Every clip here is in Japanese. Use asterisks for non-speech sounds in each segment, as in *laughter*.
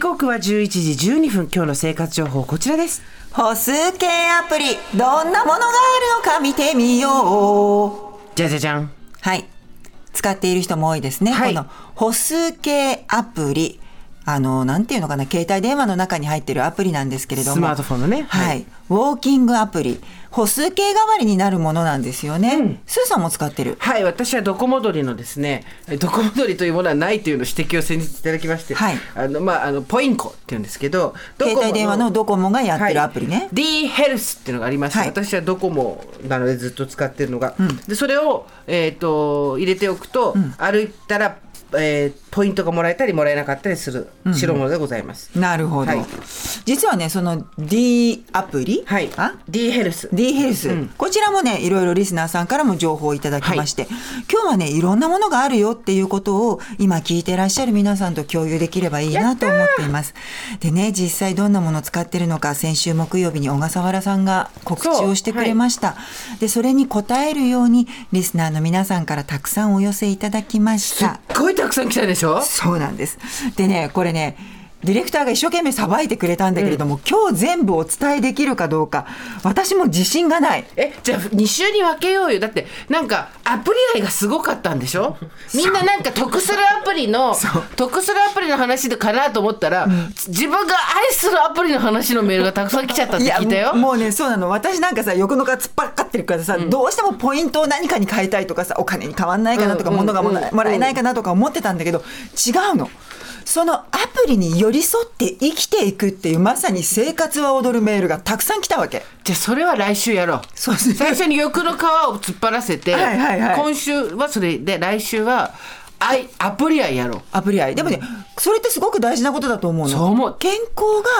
刻は11時12分今日の生活情報こちらです歩数計アプリどんなものがあるのか見てみようじゃじゃじゃんはい使っている人も多いですね、はいこの歩数計アプリあのなんていうのかな携帯電話の中に入ってるアプリなんですけれどもスマートフォンのねはい、はいウォーキングアプリ歩数計代わりになるものなんですよね、スーさんも使ってるはい私はどこ戻りのですねえどこ戻りというものはないというのを指摘を先日いただきまして、はいあのまああのポインコっていうんですけどドコモ携帯電話のドコモがやってるアプリね、 D ヘルスっていうのがありまして、はい私はドコモなのでずっと使ってるのが、でそれを、えー、と入れておくと、歩いたら、えーポイントがもらえたりもらえなかったりする代物でございます。なるほど、はい実はねその D アプリ、はいあ D ヘルス D ヘルス、こちらもねいろいろリスナーさんからも情報をいただきまして、今日はねいろんなものがあるよっていうことを今聞いてらっしゃる皆さんと共有できればいいなと思っていますでね実際どんなものを使ってるのか先週木曜日に小笠原さんが告知をしてくれましたでそれに応えるようにリスナーの皆さんからたくさんお寄せいただきましすったごいたくさん来たでしょそうなんです。でね、これね、ディレクターが一生懸命さばいてくれたんだけれども、今日全部お伝えできるかどうか、私も自信がない。えじゃあ2週に分けようよだってなんかアプリ愛がすごかったんでしょみんななんか得するアプリの得するアプリの話かなと思ったら、自分が愛するアプリの話のメールがたくさん来ちゃったって聞いたよ。もうね、そうなの。私なんかさ、欲のが突っ張かってるからさ、どうしてもポイントを何かに変えたいとかさ、お金に変わんないかなとか、うんうん物がもら,、うんもらえないかなとか思ってたんだけど、違うの。そのアプリに寄り添って生きていくっていう、まさに生活は踊るメールがたくさん来たわけ。じゃあそれは来週やろうそうですね最初に欲の皮を突っ張らせてはいはいはい今週はそれで来週は愛アプリ愛やろうアプリ愛。でもね、それってすごく大事なことだと思うの。そう思う健康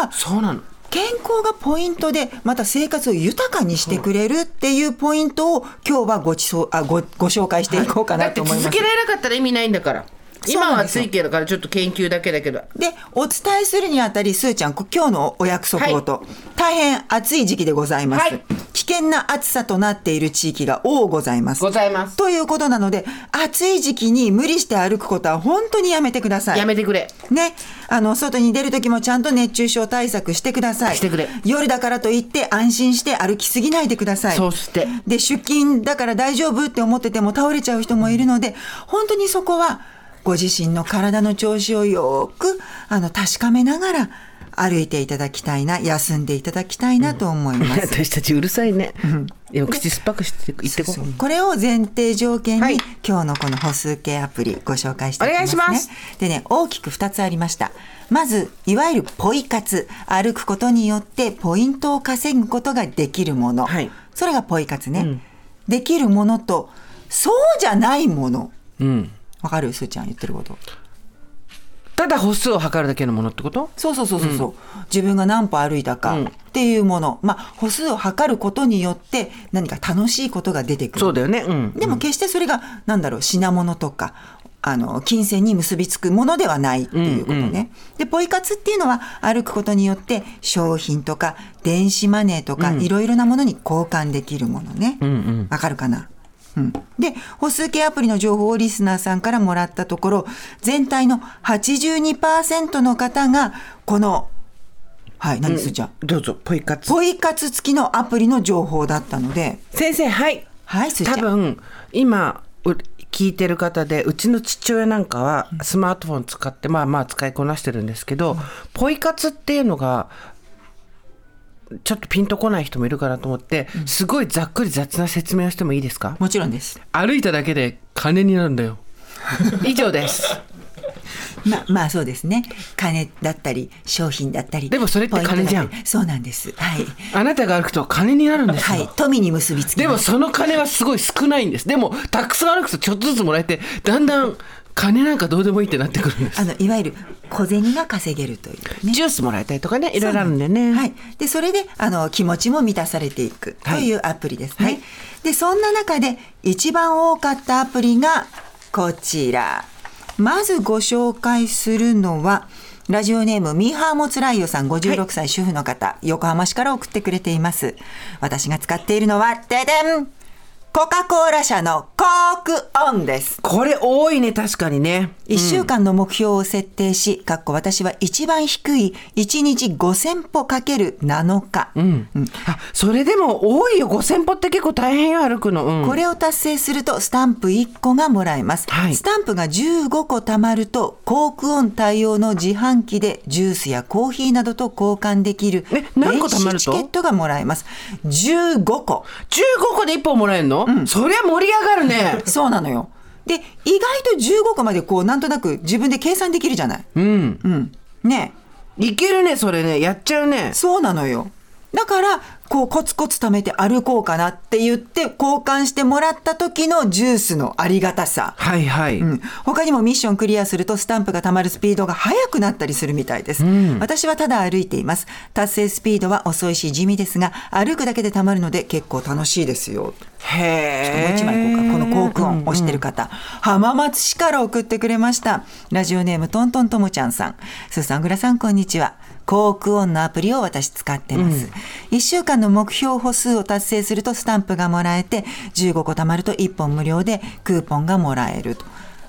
がそうなの健康がポイントで、また生活を豊かにしてくれるっていうポイントを今日はごちそうあごご紹介していこうかだなってと思います。続けられなかったら意味ないんだからそう今なんはですつよいてるからちょっと研究だけだけどで、お伝えするにあたり、すーちゃん、こ今日のお約束ごと、大変暑い時期でございます、はい危険な暑さとなっている地域が多ございます。ございますということなので、暑い時期に無理して歩くことは本当にやめてください。やめてくれね、あの外に出る時もちゃんと熱中症対策してくださいしてくれ夜だからといって安心して歩きすぎないでくださいそうしてで出勤だから大丈夫って思ってても倒れちゃう人もいるので本当にそこはご自身の体の調子をよくあの確かめながら歩いていただきたいな休んでいただきたいなと思います、 *laughs* 私たちうるさいね、でも口酸っぱくして言ってこそうこれを前提条件に、はい今日のこの歩数計アプリご紹介していきますね。お願いしますでね大きく2つありました。まずいわゆるポイ活歩くことによってポイントを稼ぐことができるもの、はいそれがポイ活ね、できるものとそうじゃないものうんわかるすーちゃん言ってることただ歩数を測るだけのものってことそうそうそうそうそう、自分が何歩歩いたかっていうもの、まあ歩数を測ることによって何か楽しいことが出てくるそうだよねうんでも決してそれが、なんだろう、品物とか、あの、金銭に結びつくものではないっていうことね。で、ポイ活っていうのは歩くことによって商品とか電子マネーとかいろいろなものに交換できるものね。わ、かるかなうん、で、歩数計アプリの情報をリスナーさんからもらったところ、全体の82%の方が、この、はい、何すーちゃん。どうぞポイ活ポイ活付きのアプリの情報だったので、先生はいはい、すーちゃ多ん。分今う聞いてる方でうちの父親なんかはスマートフォン使ってまあまあ使いこなしてるんですけど、ポイ活っていうのがちょっとピンとこない人もいるかなと思って、すごいざっくり雑な説明をしてもいいですかもちろんです。歩いただけで金になるんだよ以上ですまあ、まあそうですね。金だったり、商品だったり。でもそれって金じゃんポイントだったりそうなんです。はい。あなたが歩くと金になるんですはよ、い。富に結びつきでまもす。その金はすごい少ないんですでもたくさん歩くとちょっとずつもらえてだんだん金なんかどうでもいいってなってくるんですあの、いわゆる小銭が稼げるというね。ジュースもらえたりとかねいろいろあるんでねはい。で、それで、あの、気持ちも満たされていくというアプリですね。はいで、そんな中で、一番多かったアプリが、こちら。まずご紹介するのは、ラジオネーム、ミーハーモツライオさん、56歳、主婦の方、横浜市から送ってくれています。私が使っているのは、ででんコカ・コーラ社のコークオンです。これ多いね、確かにね。 1週間の目標を設定し、かっこ私は一番低い1日5000歩かける7日、うんあ、それでも多いよ。5000歩って結構大変よ、歩くの。うんこれを達成するとスタンプ1個がもらえます、はいスタンプが15個貯まるとコークオン対応の自販機でジュースやコーヒーなどと交換できるえ何個貯まると電子チケットがもらえます15個15個で1本もらえるの、そりゃ盛り上がるね。そうなのよで意外と15個までこうなんとなく自分で計算できるじゃない、うん。うん、ねえいけるね、それね。やっちゃうね。そうなのよ。だから、こう、コツコツ貯めて歩こうかなって言って、交換してもらった時のジュースのありがたさ。はいはい。うん、他にもミッションクリアするとスタンプがたまるスピードが速くなったりするみたいです、私はただ歩いています達成スピードは遅いし地味ですが歩くだけでたまるので結構楽しいですよへえ。もう一枚いこうか。このコーク音押してる方。浜松市から送ってくれました。ラジオネームトントンともちゃんさん。スーさん、グラさん、こんにちは。コーク音のアプリを私使ってます。一1週間の目標歩数を達成するとスタンプがもらえて、15個貯まると1本無料でクーポンがもらえると。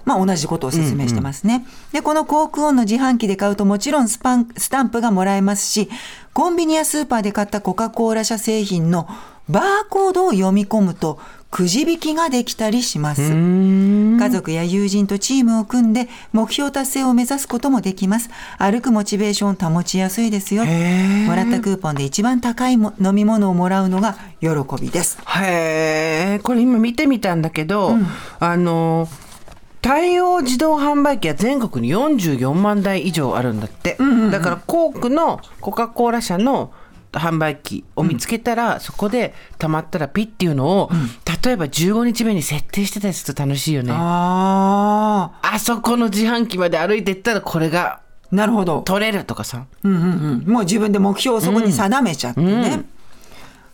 まあ、同じことを説明してますね。で、このコークオンの自販機で買うともちろんスパン、スタンプがもらえますし、コンビニやスーパーで買ったコカ・コーラ社製品のバーコードを読み込むと、くじ引きができたりします。家族や友人とチームを組んで、目標達成を目指すこともできます。歩くモチベーションを保ちやすいですよ。へーもらったクーポンで一番高いも飲み物をもらうのが喜びです。へえ、これ今見てみたんだけど、あの、対応自動販売機は全国に44万台以上あるんだって。だからコークのコカ・コーラ社の販売機を見つけたら、そこで溜まったらピッっていうのを、例えば15日目に設定してたりすると楽しいよね。ああそこの自販機まで歩いてったらこれがあ、なるほど。取れるとかさ。うんうんうん、もう自分で目標をそこに定めちゃってね。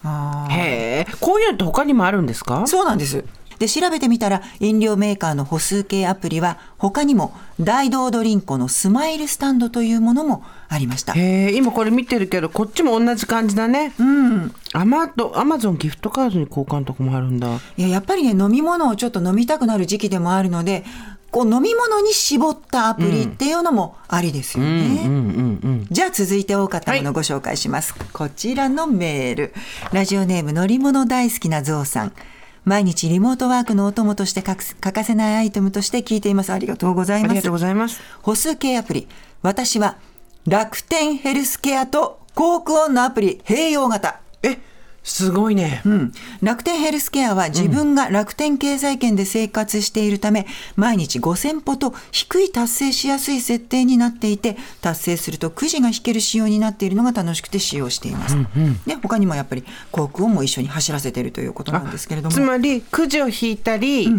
あーへえ、こういうのって他にもあるんですかそうなんです。で、調べてみたら、飲料メーカーの歩数計アプリは、他にも、大道ドリンコのスマイルスタンドというものもありました。へえ、今これ見てるけど、こっちも同じ感じだね。うん。アマドアマゾンギフトカードに交換とかもあるんだ。いや、やっぱりね、飲み物をちょっと飲みたくなる時期でもあるので、こう、飲み物に絞ったアプリっていうのもありですよね。じゃあ続いて多かったものをご紹介します、こちらのメール。ラジオネーム乗り物大好きなゾウさん。毎日リモートワークのお供として欠かかせないアイテムとして聞いています。ありがとうございあまりがすとう。ございます。歩数計アプリ。私は楽天ヘルスケアとコークオンのアプリ併用型。え、すごいね。うん、楽天ヘルスケアは自分が楽天経済圏で生活しているため、毎日5000歩と低い達成しやすい設定になっていて達成するとくじが引ける仕様になっているのが楽しくて使用しています、で他にもやっぱり航空音も一緒に走らせているということなんですけれどもつまりくじを引いたり、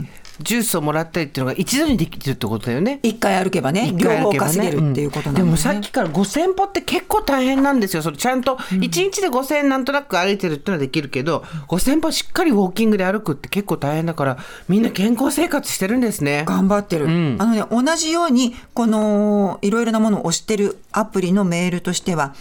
ジュースをもらったりっていうのが一度にできるってことだよね。一回歩けばね両方稼げるっていうことなんでで,、ねもさっきから5000歩って結構大変なんですよ。それちゃんと1日で5000なんとなく歩いてるってのはできるけど、5000歩しっかりウォーキングで歩くって結構大変だから、みんな健康生活してるんですね。頑張ってる、あのね同じようにこのいろいろなものを押してるアプリのメールとしては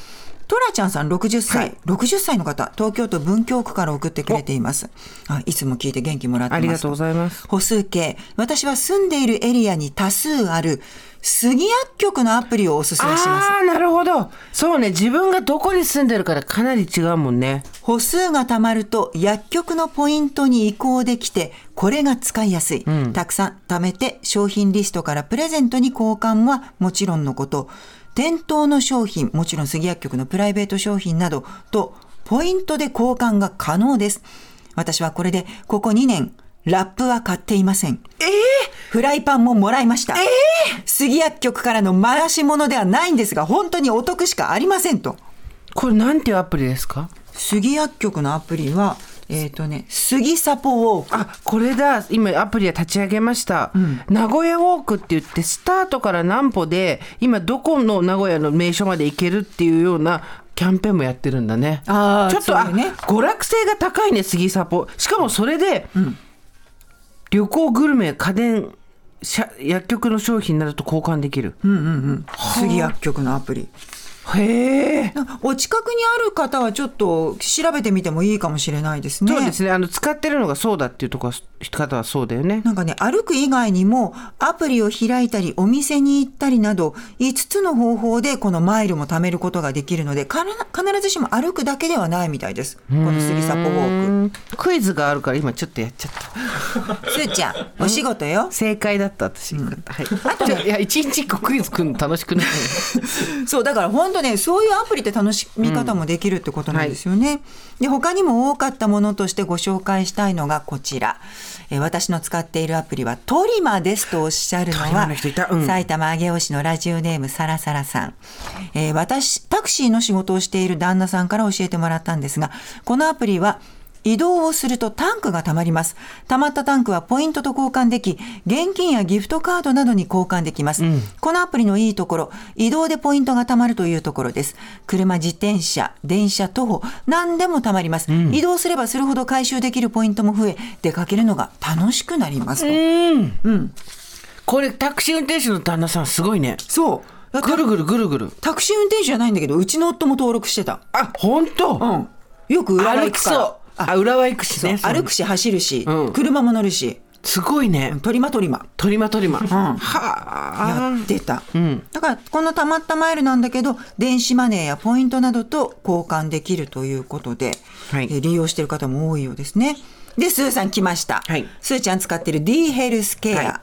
トラちゃんさん60歳、60歳の方東京都文京区から送ってくれていますあいつも聞いて元気もらってますありがとうございます歩数計私は住んでいるエリアに多数ある杉薬局のアプリをおすすめしますああー、なるほど。そうね、自分がどこに住んでるからかなり違うもんね。歩数が貯まると薬局のポイントに移行できて、これが使いやすい。たくさん貯めて商品リストからプレゼントに交換はもちろんのこと、店頭の商品、もちろん杉薬局のプライベート商品などとポイントで交換が可能です。私はこれでここ2年、ラップは買っていません。えフライパンももらいました。え杉薬局からの回し物ではないんですが、本当にお得しかありませんと。これなんていうアプリですか杉薬局のアプリは、えっ、とね、杉サポウォーク。あこれだ今アプリは立ち上げました、名古屋ウォークって言ってスタートから何歩で今どこの名古屋の名所まで行けるっていうようなキャンペーンもやってるんだねあーちょっそうとあだね娯楽性が高いね杉サポしかもそれで、旅行グルメ家電社薬局の商品などと交換できる、杉薬局のアプリ。へえ。なお近くにある方はちょっと調べてみてもいいかもしれないですね。そうですね。あの使ってるのがそうだっていうとこは方はそうだよね。なんかね、歩く以外にも、アプリを開いたり、お店に行ったりなど、5つの方法でこのマイルも貯めることができるので、かな必ずしも歩くだけではないみたいです。このスリサポウォークイズがあるから今ちょっとやっちゃった。ク。すーちゃん、お仕事よ。正解だった私。はい。じゃあいや一日一個クイズくんの楽しくない。そう、だから本当ね、そういうアプリって楽しみ方もできるってことなんですよね。で、他にも多かったものとしてご紹介したいのがこちら。えー私の使っているアプリはトリマですとおっしゃるのトリマは、の人いたうん埼玉上尾市のラジオネームサラサラさん、えー私、タクシーの仕事をしている旦那さんから教えてもらったんですが、このアプリは移動をするとタンクが貯まります。貯まったタンクはポイントと交換でき、現金やギフトカードなどに交換できます。このアプリのいいところ、移動でポイントが貯まるというところです。車、自転車、電車、徒歩、何でも貯まります。移動すればするほど回収できるポイントも増え、出かけるのが楽しくなりますと。これタクシー運転手の旦那さんすごいね。そう。だってぐるぐるぐるぐる。タクシー運転手じゃないんだけど、うちの夫も登録してた。あ本当。うん。よく裏側歩行きくかそら。う。あ裏は行くしそうね。歩くし、走るし、うん車も乗るし、すごいね。トリマトリマ。トリマトリマ。はやあっ。てた、だからこのたまったマイルなんだけど電子マネーやポイントなどと交換できるということで、はいえー利用している方も多いようですねでスーさん来ました、はいスーちゃん使ってる D ヘルスケア、はい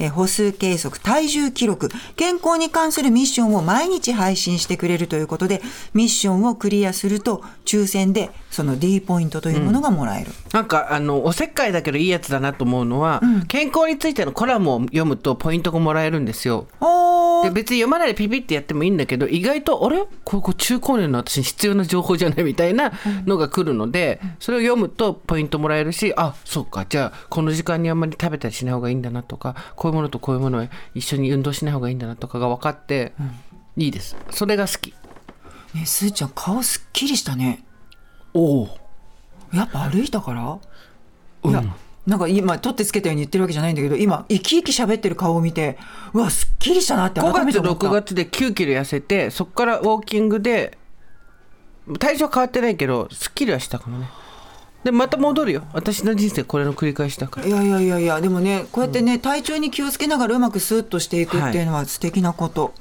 えー歩数計測、体重記録、健康に関するミッションを毎日配信してくれるということで、ミッションをクリアすると、抽選でその D ポイントというものがもらえる。なんかあのおせっかいだけどいいやつだなと思うのは、健康についてのコラムを読むとポイントがもらえるんですよ。おーで別に読まないでピピってやってもいいんだけど意外とあれここ中高年の私に必要な情報じゃないみたいなのが来るので、それを読むとポイントもらえるしあそうかじゃあこの時間にあんまり食べたりしない方がいいんだなとかこういうものとこういうものを一緒に運動しない方がいいんだなとかが分かって、いいですそれが好きねえ、スーちゃん顔すっきりしたね。おおやっぱ歩いたから、いやなんか今取ってつけたように言ってるわけじゃないんだけど今生き生き喋ってる顔を見てうわすっきりしたなって改5めて月思った6月で9キロ痩せてそこからウォーキングで体重は変わってないけどすっきりはしたかもねでまた戻るよ私の人生これの繰り返しだからいやいやいやいやでもねこうやってね、体調に気をつけながらうまくスーッとしていくっていうのは素敵なこと、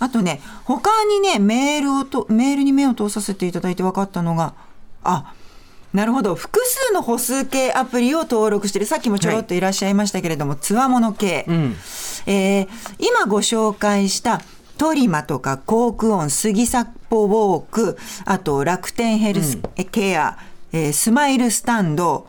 あとね他にねメールをとメールに目を通させていただいて分かったのがあなるほど複数の歩数計アプリを登録してるさっきもちょろっといらっしゃいましたけれども、つわもの系、えー今ご紹介したトリマとかコークオン杉サポウォークあと楽天ヘルスケア、えースマイルスタンド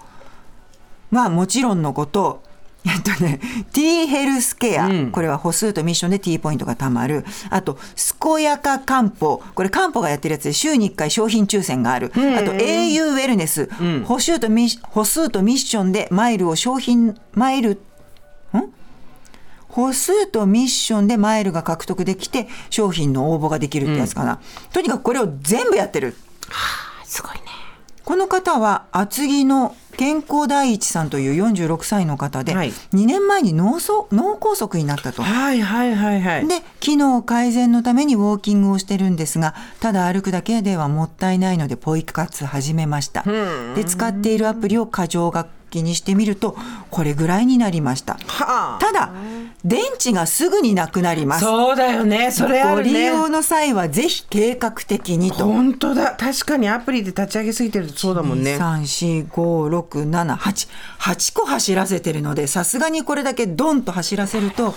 はもちろんのこと、えっとね、T ヘルスケア、これは歩数とミッションで T ポイントが貯まる。あと、健やか漢方、これ漢方がやってるやつで週に1回商品抽選がある。あと、au ウェルネス、歩数とミッシ歩数とミッションでマイルを商品、マイル歩数とミッションでマイルが獲得できて商品の応募ができるってやつかな、とにかくこれを全部やってるすごいねこの方は厚木の健康第一さんという46歳の方で、はい2年前に脳そ脳梗塞になったと。はいはいはいはいで機能改善のためにウォーキングをしてるんですがただ歩くだけではもったいないのでポイ活始めましたで使っているアプリを過剰書きにしてみるとこれぐらいになりましたはただ電池がすぐになくなりますそうだよねそれあごる利ね用の際はぜひ計画的にと。本当だ確かにアプリで立ち上げすぎてるとそうだもんね3456788個走らせてるのでさすがにこれだけドンと走らせると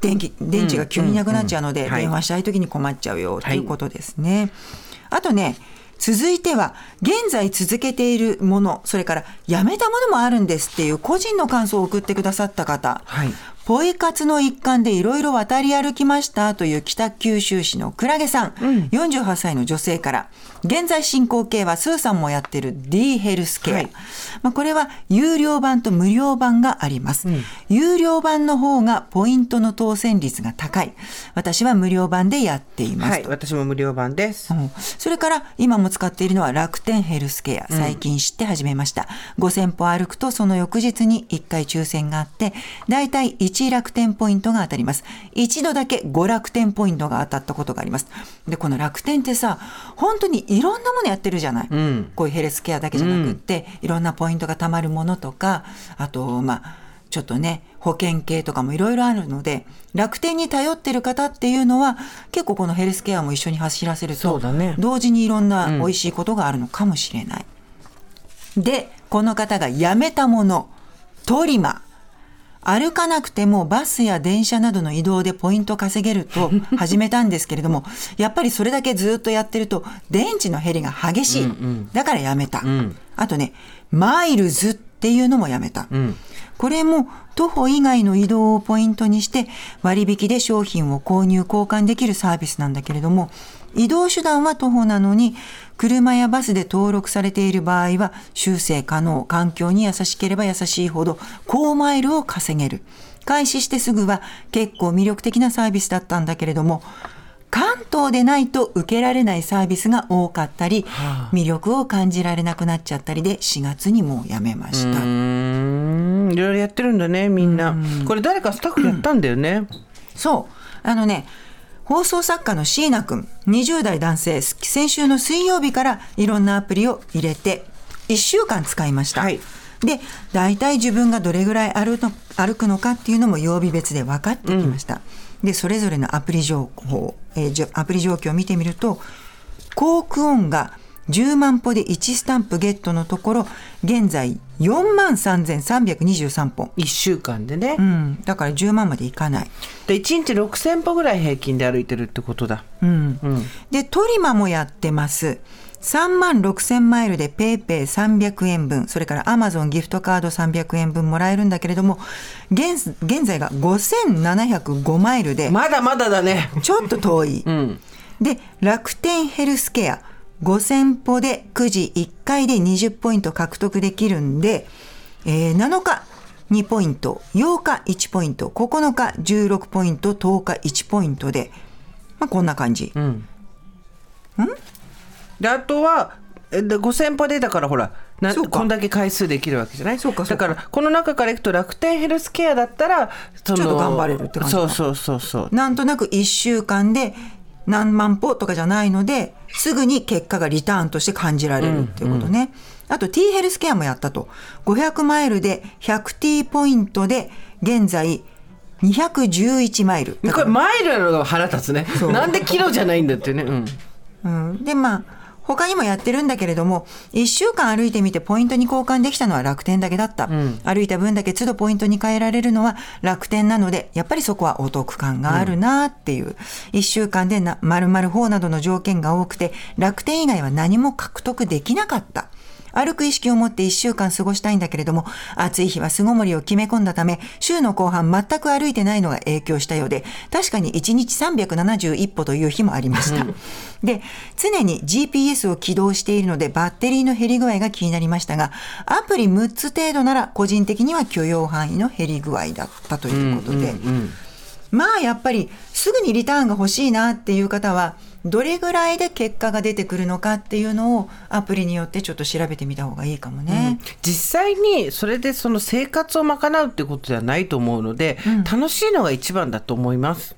電気電池が急になくなっちゃうので、うんはい電話したい時に困っちゃうよということですね。あとね続いては現在続けているものそれからやめたものもあるんですっていう個人の感想を送ってくださった方、はいポイ活の一環でいろいろ渡り歩きましたという北九州市のクラゲさん、48歳の女性から、現在進行形はスーさんもやってる D ヘルスケア。はいまあ、これは有料版と無料版があります、有料版の方がポイントの当選率が高い。私は無料版でやっていますはい私も無料版ですうんそれから今も使っているのは楽天ヘルスケア。最近知って始めました。5000歩歩くとその翌日に1回抽選があって、だいたい1 1楽天ポイントが当たります。一度だけ5楽天ポイントが当たったことがあります。で、この楽天ってさ、本当にいろんなものやってるじゃない。こういうヘルスケアだけじゃなくって、いろんなポイントが貯まるものとか、あと、まあ、ちょっとね、保険系とかもいろいろあるので、楽天に頼ってる方っていうのは、結構このヘルスケアも一緒に走らせるそとう、だね同時にいろんな美味しいことがあるのかもしれない。で、この方がやめたもの、トリマ。歩かなくてもバスや電車などの移動でポイント稼げる *laughs* と始めたんですけれども、やっぱりそれだけずっとやってると電池の減りが激しい。だからやめた、あとね、マイルズっていうのもやめた。これも徒歩以外の移動をポイントにして割引で商品を購入交換できるサービスなんだけれども移動手段は徒歩なのに車やバスで登録されている場合は修正可能環境に優しければ優しいほど高マイルを稼げる開始してすぐは結構魅力的なサービスだったんだけれども関東でないと受けられないサービスが多かったり魅力を感じられなくなっちゃったりで4月にもうやめました。うーんいろいろやってるんだねみんなこれ誰かスタッフやったんだよねそう。あのね、放送作家の椎名くん、20代男性、先週の水曜日からいろんなアプリを入れて、1週間使いました。はいで、大体自分がどれぐらい歩の歩くのかっていうのも曜日別で分かってきました。で、それぞれのアプリ情報、えーじょアプリ状況を見てみると、コークオンが10万歩で1スタンプゲットのところ、現在4万3323本。 1週間でね、うん、だから10万までいかない。で1日6000歩ぐらい平均で歩いてるってことだうんでトリマもやってます3万6000マイルでペイペイ300円分それからアマゾンギフトカード300円分もらえるんだけれども現現在が5705マイルでまだまだだねちょっと遠い、んで楽天ヘルスケア5000歩で9時1回で20ポイント獲得できるんで、えー7日2ポイント8日1ポイント9日16ポイント10日1ポイントで、まあ、こんな感じ、であとはえで5000歩でだからほらなそうかこんだけ回数できるわけじゃないそうかそうかだからこの中からいくと楽天ヘルスケアだったらちょちょっと頑張れるって感じだそうそうそうそうなんとなく1週間で何万歩とかじゃないので、すぐに結果がリターンとして感じられるっていうことね。あと T ヘルスケアもやったと。500マイルで 100T ポイントで、現在211マイル。だこかれらマイルなのが腹立つねなんでキロじゃないんだってね、うん、うん、で、まあ、他にもやってるんだけれども、1週間歩いてみてポイントに交換できたのは楽天だけだった。歩いた分だけ都度ポイントに変えられるのは楽天なので、やっぱりそこはお得感があるなっていう。1週間でな、〇〇法などの条件が多くて、楽天以外は何も獲得できなかった。歩く意識を持って1週間過ごしたいんだけれども、暑い日は巣ごもりを決め込んだため、週の後半全く歩いてないのが影響したようで、確かに1日371歩という日もありました。で、常に GPS を起動しているのでバッテリーの減り具合が気になりましたが、アプリ6つ程度なら個人的には許容範囲の減り具合だったということで、まあやっぱりすぐにリターンが欲しいなっていう方はどれぐらいで結果が出てくるのかっていうのをアプリによってちょっと調べてみた方がいいかもね。実際にそれでその生活を賄うってことではないと思うので、楽しいのが一番だと思います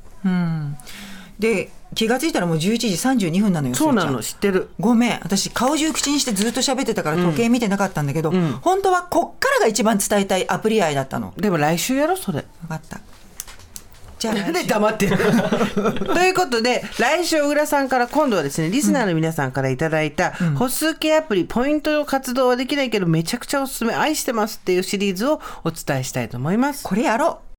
で気がついたらもう11時32分なのよ。そうなすーちゃのん知ってるごめん私顔中口にしてずっと喋ってたから時計見てなかったんだけど、本当はこっからが一番伝えたいアプリ愛だったの。でも来週やろそれ分かった。*laughs* じゃあなんで黙ってるということで来週小倉さんから今度はですねリスナーの皆さんからいただいた、歩数計アプリポイントの活動はできないけどめちゃくちゃおすすめ愛してますっていうシリーズをお伝えしたいと思いますこれやろう